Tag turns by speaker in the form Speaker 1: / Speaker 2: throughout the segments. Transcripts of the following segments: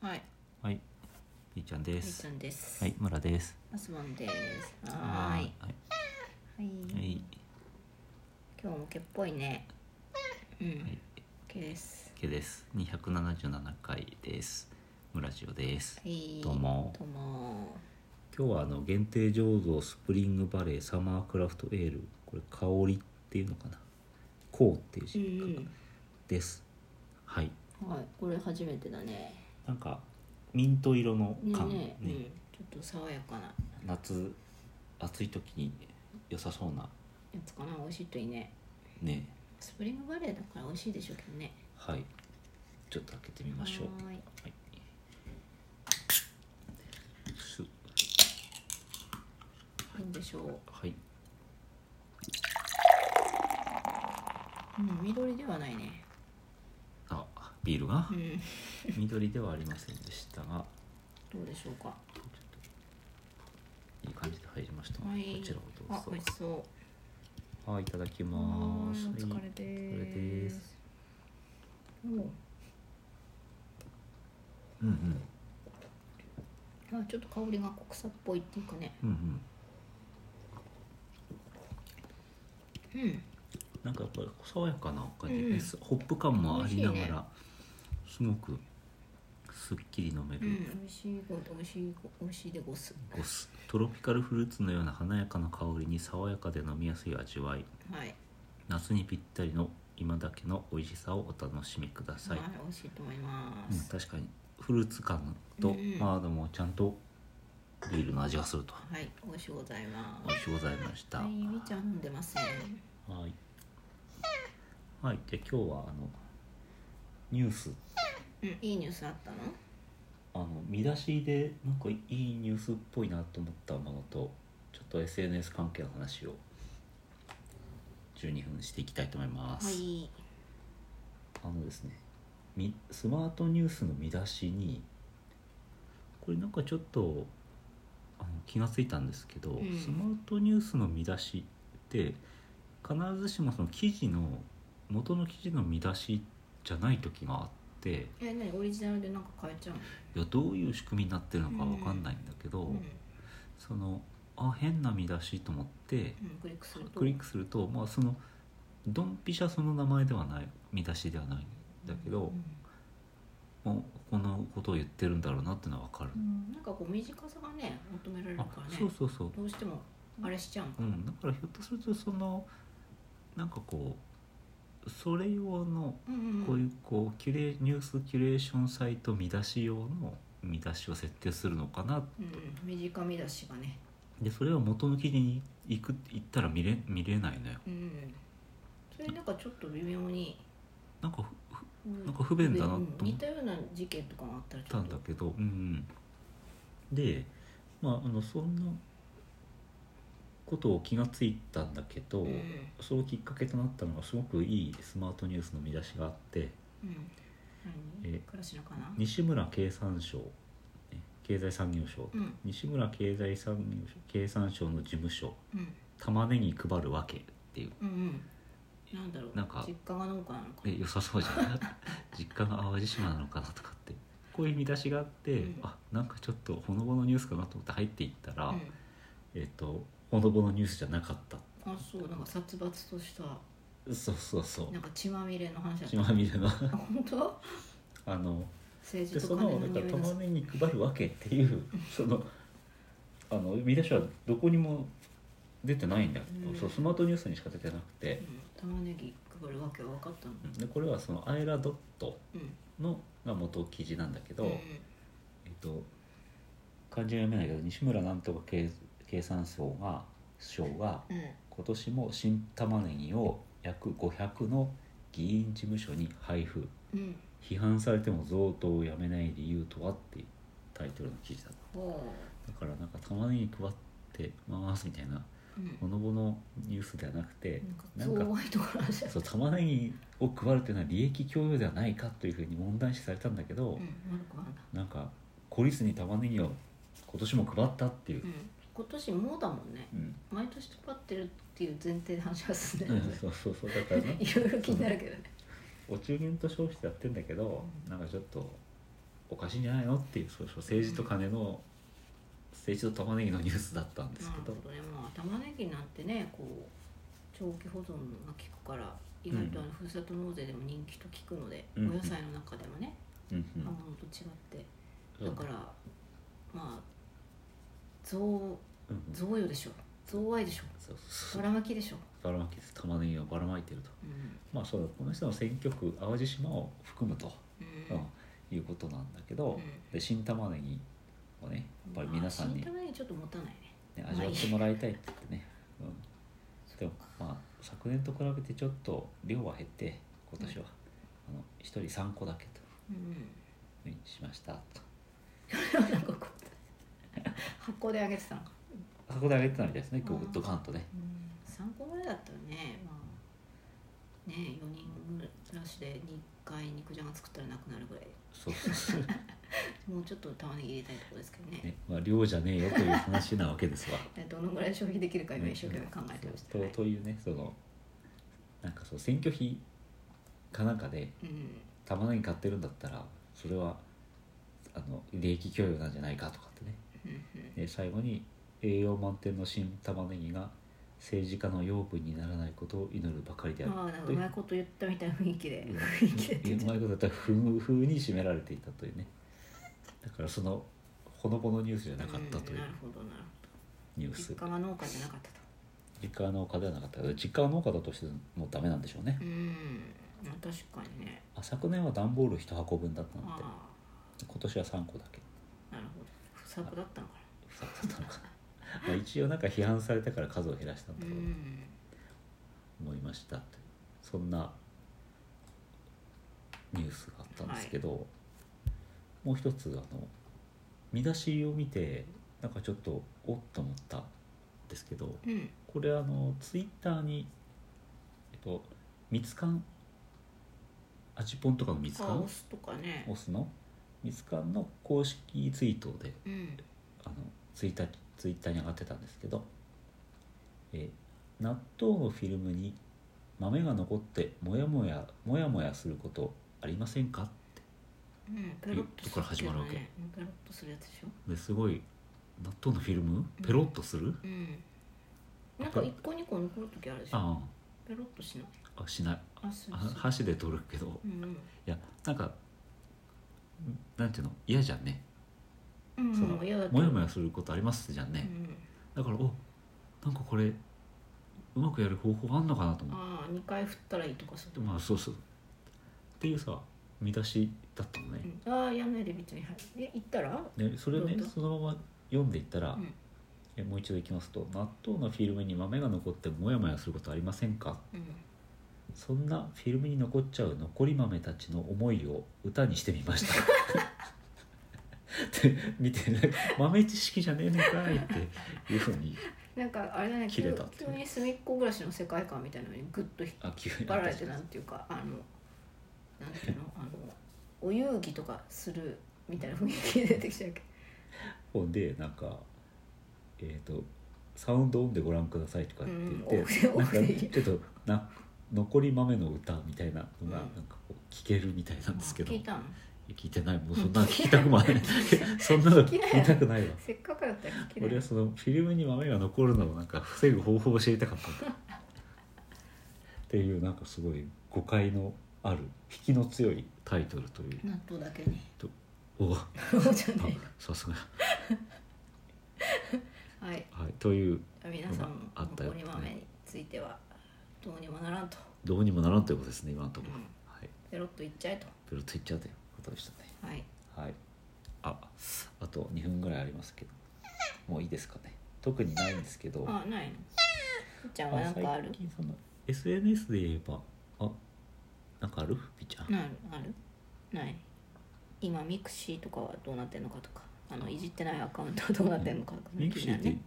Speaker 1: はい、
Speaker 2: はい、ピーちゃんで
Speaker 1: みー
Speaker 2: す
Speaker 1: ちゃ。んです。
Speaker 2: はい、村です。
Speaker 1: マスボンです。はーい。
Speaker 2: は
Speaker 1: はい。
Speaker 2: い、はい、
Speaker 1: 今日も毛っぽいね。うん。
Speaker 2: はい、
Speaker 1: 毛です。
Speaker 2: けです。二百七十七回です。村ジオです。
Speaker 1: はい。
Speaker 2: どうも
Speaker 1: どうも。
Speaker 2: 今日はあの限定醸造スプリングバレーサマークラフトエール。これ香りっていうのかな。こうっていう
Speaker 1: う
Speaker 2: 字
Speaker 1: ん
Speaker 2: です。はい、
Speaker 1: うん。はい、これ初めてだね。
Speaker 2: なんかミント色の
Speaker 1: ね
Speaker 2: 感
Speaker 1: ね
Speaker 2: ね、
Speaker 1: うん。ちょっと爽やかな
Speaker 2: 夏暑い時に良さそうな
Speaker 1: やつかな、美味しいといいね。
Speaker 2: ね。
Speaker 1: スプリングバレーだから美味しいでしょうけどね。
Speaker 2: はい、ちょっと開けてみましょう。
Speaker 1: はーい。
Speaker 2: はい。す
Speaker 1: どうでしょう。
Speaker 2: はい。
Speaker 1: うん、緑ではないね。
Speaker 2: あ、ビールが
Speaker 1: うん。
Speaker 2: 緑ではありませんでしたが、
Speaker 1: どうでしょうか。
Speaker 2: ちょっといい感じで入りましたの
Speaker 1: は
Speaker 2: で、
Speaker 1: い。
Speaker 2: こちら
Speaker 1: あ
Speaker 2: を、ど
Speaker 1: 美
Speaker 2: う
Speaker 1: 味し
Speaker 2: ぞ。
Speaker 1: そう。
Speaker 2: はい、いただき
Speaker 1: はーいお
Speaker 2: ます。
Speaker 1: 疲れ
Speaker 2: 疲
Speaker 1: で
Speaker 2: れですす。
Speaker 1: お
Speaker 2: うんうん。
Speaker 1: あちょっと香りが国産っぽいっていうかね。
Speaker 2: うんうん。
Speaker 1: うん。
Speaker 2: なんかやっぱり爽やかな感じです。ホップ感もありなが
Speaker 1: 美味しいね
Speaker 2: ら、すごくすっきり飲め
Speaker 1: う
Speaker 2: る。
Speaker 1: ん。美味しいご美味しいご美味しいでごす。
Speaker 2: ゴストロピカルフルーツのような華やかな香りに爽やかで飲みやすい味わい
Speaker 1: はい。
Speaker 2: 夏にぴったりの今だけの美味しさをお楽しみくださ、
Speaker 1: はいい美味しいと思いま
Speaker 2: うん、
Speaker 1: す。
Speaker 2: 確かにフルーツ感と、
Speaker 1: うん
Speaker 2: まあでもちゃんとビールの味がすると
Speaker 1: はい美味しゅうございま
Speaker 2: 美味しゅうございました
Speaker 1: す。は
Speaker 2: はい
Speaker 1: みーちゃん飲んでますね。
Speaker 2: い、はい、で今日はあのニュース
Speaker 1: うんいいニュースあったの？
Speaker 2: あの見出しでなんかいいニュースっぽいなと思ったものとちょっと SNS 関係の話を12分していきたいと思います、
Speaker 1: はい。
Speaker 2: あのですねみスマートニュースの見出しにこれなんかちょっとあの気がついたんですけど、
Speaker 1: うん
Speaker 2: スマートニュースの見出しって必ずしもその記事の元の記事の見出しじゃない時があって
Speaker 1: え何オリジナルでなんか変えちゃうの？
Speaker 2: いやどういう仕組みになってるのかわかんないんだけ
Speaker 1: う
Speaker 2: ど、
Speaker 1: ん。うん
Speaker 2: そのあ変な見出しと思って
Speaker 1: クリックすると。
Speaker 2: クリックすると、まあそのドンピシャその名前ではない見出しではないんだけど。
Speaker 1: うん
Speaker 2: もうこのことを言ってるんだろうなっていうのは分かる、
Speaker 1: うんなんかこう短さがね求められる
Speaker 2: あ
Speaker 1: からね。
Speaker 2: そうそうそう、
Speaker 1: どうしてもあれしちゃうのか
Speaker 2: う
Speaker 1: な。
Speaker 2: ん、だからひょっとするとそのなんかこうそれ用の
Speaker 1: うんうんん
Speaker 2: こういうこうキュレニュースキュレーションサイト見出し用の見出しを設定するのかな
Speaker 1: うん、短めだしがね、
Speaker 2: でそれは元の記事に行く行ったら見れ見れないのよ
Speaker 1: うん、それなんかちょっと微妙に、
Speaker 2: なんかふふ
Speaker 1: うん
Speaker 2: なんか不便だなと
Speaker 1: う
Speaker 2: 思っ
Speaker 1: ん似たような事件とかもあったら
Speaker 2: たんだけど、うんうん、でまああのそんなことを気がついたんだけど、
Speaker 1: うん
Speaker 2: そのきっかけとなったのがすごくいいスマートニュースの見出しがあって
Speaker 1: うん何
Speaker 2: え
Speaker 1: 暮らしのかな
Speaker 2: 西村経産省ね経済産業省、
Speaker 1: うん
Speaker 2: 西村経済産業省経産省の事務所
Speaker 1: うん
Speaker 2: 玉ねぎ配るわけっていう
Speaker 1: うんうんなんだろう
Speaker 2: なんか
Speaker 1: 実家が農家なのかな
Speaker 2: え良さそうじゃない実家が淡路島なのかなとかってこういう見出しがあって、
Speaker 1: うん
Speaker 2: あなんかちょっとほのぼのニュースかなと思って入っていったら、
Speaker 1: うん、
Speaker 2: えっ、とほのぼのニュースじゃなかった
Speaker 1: あそうなんか殺伐とした
Speaker 2: そうそうそ
Speaker 1: なんか血まみれの話だ
Speaker 2: う
Speaker 1: っ
Speaker 2: 血
Speaker 1: た
Speaker 2: まみれの
Speaker 1: あ本当
Speaker 2: あので
Speaker 1: 政治
Speaker 2: そ
Speaker 1: と金
Speaker 2: の
Speaker 1: の匂
Speaker 2: だか
Speaker 1: い
Speaker 2: ら
Speaker 1: が
Speaker 2: 玉ねぎ配るわけっていうそのあの見出しはどこにも出てないんだけど、
Speaker 1: うん
Speaker 2: そうスマートニュースにしか出てなく
Speaker 1: う
Speaker 2: て、
Speaker 1: ん、玉ねぎ配るわけは分かったの
Speaker 2: でこれはそのアイラドット
Speaker 1: うん
Speaker 2: のが元記事なんだけど、
Speaker 1: うん
Speaker 2: えっと漢字は読めないけど西村なんとか経経産省が省が
Speaker 1: うん
Speaker 2: 今年も新玉ねぎを約500の議員事務所に配布
Speaker 1: うん
Speaker 2: 批判されても贈答をやめない理由とはっていうタイトルの記事だった
Speaker 1: ほ
Speaker 2: だからなんか玉ねぎ配ってますみたいな
Speaker 1: ううん
Speaker 2: ほのぼのニュースではなくてな
Speaker 1: なん
Speaker 2: ん
Speaker 1: か
Speaker 2: か
Speaker 1: ゾウワイところじゃん
Speaker 2: そう玉ねぎを配るというのは利益共有ではないかというふうに問題視されたんだけど、
Speaker 1: うん悪くはない
Speaker 2: なんか孤立に玉ねぎを今年も配ったっていう
Speaker 1: う、ん、今年もだもんね
Speaker 2: うん
Speaker 1: 毎年配ってるっていう前提で話は進ん
Speaker 2: う
Speaker 1: で
Speaker 2: ん
Speaker 1: るね
Speaker 2: そうそうそうだからね
Speaker 1: いろいろ気になるけどね
Speaker 2: お中元と消費でやってんだけどなんかちょっとおかしいんじゃないのっていうそうそう政治と金の政治と玉ねぎのニュースだったんです
Speaker 1: な
Speaker 2: け
Speaker 1: る
Speaker 2: ど、
Speaker 1: ほどねまあ玉ねぎなんてねこう長期保存が効くから意外とあのふるさと納税でも人気と聞くので、
Speaker 2: うん
Speaker 1: お野菜の中でもね
Speaker 2: うんう
Speaker 1: 葉
Speaker 2: ん
Speaker 1: 物と違って、
Speaker 2: そう
Speaker 1: だからまあ贈
Speaker 2: うんうんそう
Speaker 1: 贈与でしょ贈賄でしょ
Speaker 2: そうそう
Speaker 1: ばらまきでしょ、
Speaker 2: ばらまきです玉ねぎをばらまいてると
Speaker 1: うん
Speaker 2: まあそうだこの人の選挙区淡路島を含むと、
Speaker 1: うん
Speaker 2: うん、いうことなんだけ
Speaker 1: う
Speaker 2: ど、
Speaker 1: ん
Speaker 2: で新玉ねぎをねやっぱり皆さん
Speaker 1: ま
Speaker 2: に、
Speaker 1: あ、新
Speaker 2: ね、
Speaker 1: 玉ねぎちょっと持たないね
Speaker 2: 味わってもらいたいって言ってね、うん、
Speaker 1: そう
Speaker 2: でもまあ昨年と比べてちょっと量は減って今年は、あの1人3個だけと
Speaker 1: うん
Speaker 2: にしましたと
Speaker 1: なん かこう発酵であげてたのか、
Speaker 2: あそこであげてたみたいですね
Speaker 1: あー
Speaker 2: グッドカンとね
Speaker 1: うん、3個ぐらいだったよねまあね4人暮らしで2回肉じゃが作ったらなくなるぐらい
Speaker 2: そうそうそう、
Speaker 1: もうちょっと玉ねぎ入れたいところですけどね
Speaker 2: ねまあ、量じゃねえよという話なわけですわ
Speaker 1: でどのぐらい消費できるか今一生懸命考えてました、
Speaker 2: とというねそのなんかそう選挙費かなんかで
Speaker 1: うん
Speaker 2: 玉ねぎ買ってるんだったらそれはあの利益供与なんじゃないかとかってね
Speaker 1: うんうん
Speaker 2: で最後に栄養満点の新玉ねぎが政治家の養分にならないことを祈るばかりである
Speaker 1: まあなんか
Speaker 2: と
Speaker 1: う
Speaker 2: いう
Speaker 1: まいこと言ったみたいな雰囲気で
Speaker 2: うん
Speaker 1: 雰囲気でって言っ
Speaker 2: う
Speaker 1: ちゃ
Speaker 2: ま
Speaker 1: っ
Speaker 2: いことだったらふう風に締められていたというねだからそのほのぼのニュースじゃ
Speaker 1: た
Speaker 2: なかったとい
Speaker 1: ん
Speaker 2: う
Speaker 1: なるほどなる
Speaker 2: ニュ
Speaker 1: ほ
Speaker 2: ー
Speaker 1: ど
Speaker 2: ス
Speaker 1: 実家が農家じゃなかったと
Speaker 2: 実家は農家ではなかったけど実家は農家だとしてもダメなんでしょうね
Speaker 1: うんまあ確かにね
Speaker 2: あ昨年は段ボール1箱分だったので
Speaker 1: あ
Speaker 2: 今年は3個だけ
Speaker 1: あなるほど不作だったのかな
Speaker 2: 不作だったのかなまあ一応なんか批判されたから数を減らしたん
Speaker 1: う
Speaker 2: だろうなん思いましたというそんなニュースがあったんですけど、もう一つあの見出しを見てなんかちょっとおっと思ったんですけど
Speaker 1: うん
Speaker 2: これあのツイッターに、えっと、ミツカンアジポンとかのミツカ
Speaker 1: あ
Speaker 2: ン
Speaker 1: オスとかね
Speaker 2: オスのミツカンの公式ツイートで
Speaker 1: うん
Speaker 2: あのツイッターツイッターに上がってたんですけど、えー納豆のフィルムに豆が残ってもやもやもやもやすることありませんか
Speaker 1: うんペロッと
Speaker 2: ところ始まるわけ
Speaker 1: ねうんペロッとするやつでしょ
Speaker 2: ですごい納豆のフィルムペロッとする、
Speaker 1: うんなんか一個二個残る時あるでしょ
Speaker 2: あ
Speaker 1: ペロッとしない
Speaker 2: ああしない
Speaker 1: あする
Speaker 2: あ箸で取るけど
Speaker 1: うんうん
Speaker 2: いやなんかんなんていうの嫌じゃんね
Speaker 1: うん
Speaker 2: そ
Speaker 1: うん
Speaker 2: の
Speaker 1: 嫌だと
Speaker 2: もやもやすることありますじゃん
Speaker 1: う
Speaker 2: ね、
Speaker 1: ん
Speaker 2: だからおなんかこれうまくやる方法あんのかなと思って
Speaker 1: ああ二回振ったらいいとかそう
Speaker 2: まあそうそうっていうさ見出しだったのね、
Speaker 1: うんああやめで別にはいで行ったら
Speaker 2: ねそれをね
Speaker 1: どうぞ
Speaker 2: そのまま読んでいったら、
Speaker 1: うん
Speaker 2: えもう一度いきますと「納豆のフィルムに豆が残ってモヤモヤすることありませんか?
Speaker 1: うん」
Speaker 2: そんなフィルムに残っちゃう残り豆たちの思いを歌にしてみ ました。 って見て、ね、豆知識じゃねえのかいっていうふうに
Speaker 1: なんかあれだね
Speaker 2: 切
Speaker 1: 急
Speaker 2: れたって
Speaker 1: 急に隅っこ暮らしの世界観みたいなのにグッと引っ
Speaker 2: あ急に
Speaker 1: 張られてなんていうかあのなんていうのあのお遊戯とかするみたいな雰囲気出てきちゃうけ
Speaker 2: ほんでなんか「えっ、とサウンドオンでご覧ください」とかって言って、
Speaker 1: うんオ
Speaker 2: なん
Speaker 1: フ
Speaker 2: か
Speaker 1: でオフでいい
Speaker 2: ちょっとな残り豆の歌みたいなのが
Speaker 1: うん
Speaker 2: なんかこう聞けるみたいなん
Speaker 1: ど
Speaker 2: ですけど、
Speaker 1: 聞いたの
Speaker 2: 聞いてないもうそんなの聞きたくもない そんなの聞きたくないわ
Speaker 1: せっかくだったら聞けな
Speaker 2: 俺はいそのフィルムに豆が残るのをなんか防ぐ方法を知りたかったんだっていうなんかすごい誤解のある引きの強いタイトルという
Speaker 1: 納豆だけね
Speaker 2: おあ
Speaker 1: そうじゃね
Speaker 2: さすが、
Speaker 1: はい
Speaker 2: はい、という
Speaker 1: 皆さんも
Speaker 2: あったよ
Speaker 1: 残り豆についてはどうにもならんと
Speaker 2: どうにもならんということですね今のところ、
Speaker 1: うん
Speaker 2: はい
Speaker 1: ペロッといっちゃえと
Speaker 2: ペロッといっちゃうということでしたね
Speaker 1: はい
Speaker 2: はいああと2分ぐらいありますけどもういいですかね特にないんですけど
Speaker 1: あないのふっちゃんは
Speaker 2: あ
Speaker 1: なんかある
Speaker 2: 最近その SNS で言えばあなんかあるピちゃん
Speaker 1: ないのあるない今ミクシーとかはどうなってんのかとかあのいじってないアカウントはどうなってんのかとか
Speaker 2: ミクシーって
Speaker 1: ね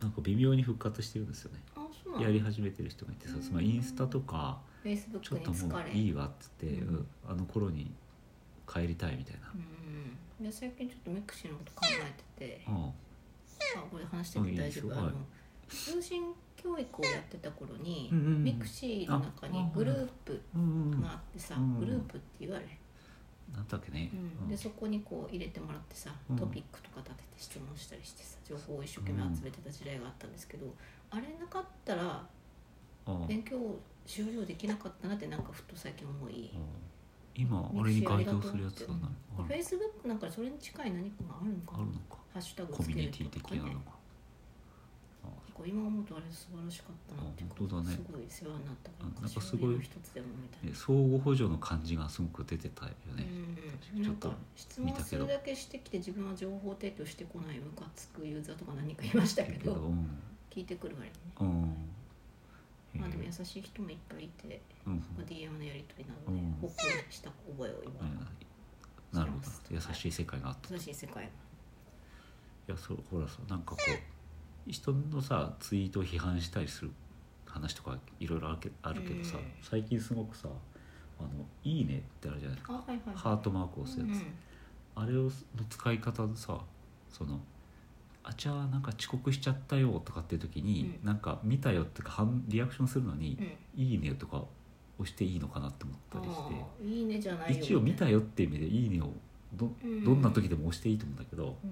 Speaker 2: なんか微妙に復活してるんですよね
Speaker 1: あそうなの
Speaker 2: やり始めてる人がいてさつまりインスタとか
Speaker 1: フェイスブッ
Speaker 2: ち
Speaker 1: ク
Speaker 2: ょっ
Speaker 1: に
Speaker 2: とも
Speaker 1: 疲
Speaker 2: う
Speaker 1: れ
Speaker 2: いいわっつって、
Speaker 1: うん
Speaker 2: うんあの頃に帰りたいみたいな、
Speaker 1: うんで最近ちょっとミクシーのこと考えててあ
Speaker 2: ああ
Speaker 1: これ話しても
Speaker 2: うんいい
Speaker 1: 大
Speaker 2: です
Speaker 1: 丈
Speaker 2: よ
Speaker 1: 夫あの
Speaker 2: はい
Speaker 1: 通信教育をやってた頃に
Speaker 2: うんうんうん
Speaker 1: ミクシーの中にグループ
Speaker 2: うんうんうん
Speaker 1: があってさ
Speaker 2: うん
Speaker 1: グループって言われ
Speaker 2: なんだっけね、
Speaker 1: うん、でそこにこう入れてもらってさ
Speaker 2: うん
Speaker 1: トピックとか立てて質問したりしてさ情報を一生懸命集めてた時代があったんですけど、あれなかったら
Speaker 2: うんうん
Speaker 1: 勉強終了できなかったなってなんかふと最近思い、
Speaker 2: 今あれに該当するやつなんだろ
Speaker 1: フ
Speaker 2: うあ
Speaker 1: ェ
Speaker 2: る
Speaker 1: イスブックなんかそれに近い何かがあるの
Speaker 2: あ
Speaker 1: か
Speaker 2: る
Speaker 1: な
Speaker 2: のか
Speaker 1: ハッシュタグ
Speaker 2: コ
Speaker 1: つ
Speaker 2: ミ
Speaker 1: け
Speaker 2: ュ
Speaker 1: る
Speaker 2: ニティ
Speaker 1: と
Speaker 2: 的
Speaker 1: かね
Speaker 2: なのかあ
Speaker 1: なんか今思うとあれ素晴らしかったなっていうか
Speaker 2: あ本当だね
Speaker 1: すごい世話になった
Speaker 2: あなんかす
Speaker 1: 勝ち
Speaker 2: ごい
Speaker 1: 組の一つでもみたいな、
Speaker 2: で相互補助の感じがすごく出てたよね、
Speaker 1: うん、
Speaker 2: ち
Speaker 1: な
Speaker 2: ょっ
Speaker 1: ん
Speaker 2: と
Speaker 1: か質問するだけしてきて自分は情報提供してこないムカつくユーザーとか何人かいましたけ
Speaker 2: けど
Speaker 1: ど
Speaker 2: うん
Speaker 1: 聞いてくる割にね
Speaker 2: うん、
Speaker 1: まあでも
Speaker 2: へ
Speaker 1: 優
Speaker 2: え
Speaker 1: しい人もいっぱいいて、
Speaker 2: うん
Speaker 1: まあ、DM のやり取りな
Speaker 2: う
Speaker 1: どで
Speaker 2: ん
Speaker 1: ほっこりした覚えを
Speaker 2: う
Speaker 1: 今
Speaker 2: んなるほど優しい世界があった
Speaker 1: 優しい世界
Speaker 2: いやそうほらそうなんかこう人のさツイートを批判したりする話とかいろいろあるけあるけどさ、
Speaker 1: うん
Speaker 2: 最近すごくさ「あのいいね」ってあるじゃないです
Speaker 1: あ
Speaker 2: か、
Speaker 1: はいはい、はい、
Speaker 2: ハートマークを押すや
Speaker 1: う
Speaker 2: つ、
Speaker 1: ん
Speaker 2: あれをの使い方でさその「あちゃーなんか遅刻しちゃったよ」とかっていう時に、
Speaker 1: うん
Speaker 2: なんか見たよっていうか反リアクションするのに
Speaker 1: うん
Speaker 2: 「いいね」とか押していいのかなって思ったりして
Speaker 1: あ。ーいいねじゃないよ
Speaker 2: 一応見たよっていう意味で「いいね」をど
Speaker 1: うん
Speaker 2: どんな時でも押していいと思うんだけど、
Speaker 1: うん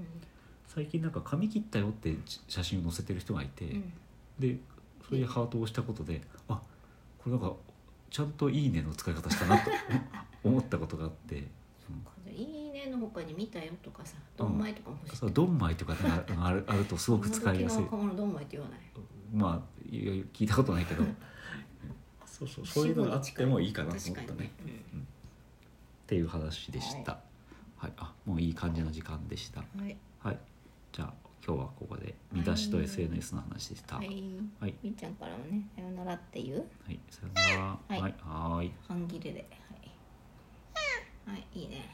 Speaker 2: 最近なんか髪切ったよって写真を載せてる人がいて、
Speaker 1: うん
Speaker 2: でそれでハートを押したことであこれなんかちゃんと「いいね」の使い方したなと思 ったことがあって
Speaker 1: いいねの他に見たよとかさ、ドンマイとかも欲しい。
Speaker 2: そうドンマイとかがあるあるとすごく使いやすい
Speaker 1: 今時の若者ドンマイって言わない。
Speaker 2: まあいや聞いたことない けどそうそうそういうのがあってもいいかなと思
Speaker 1: 確
Speaker 2: っ
Speaker 1: か
Speaker 2: た
Speaker 1: に
Speaker 2: ね。っていう話でした、はい、あもういい感じの時間でした
Speaker 1: うんはい。
Speaker 2: はいじゃあ今日はここで見出しと
Speaker 1: はい
Speaker 2: SNS の話でした、
Speaker 1: はい。
Speaker 2: はい
Speaker 1: みーちゃんからもね、さよならっていう
Speaker 2: はい、さよなら。
Speaker 1: はい
Speaker 2: はい、はーい。
Speaker 1: 半切れで。はい。はい、いいね。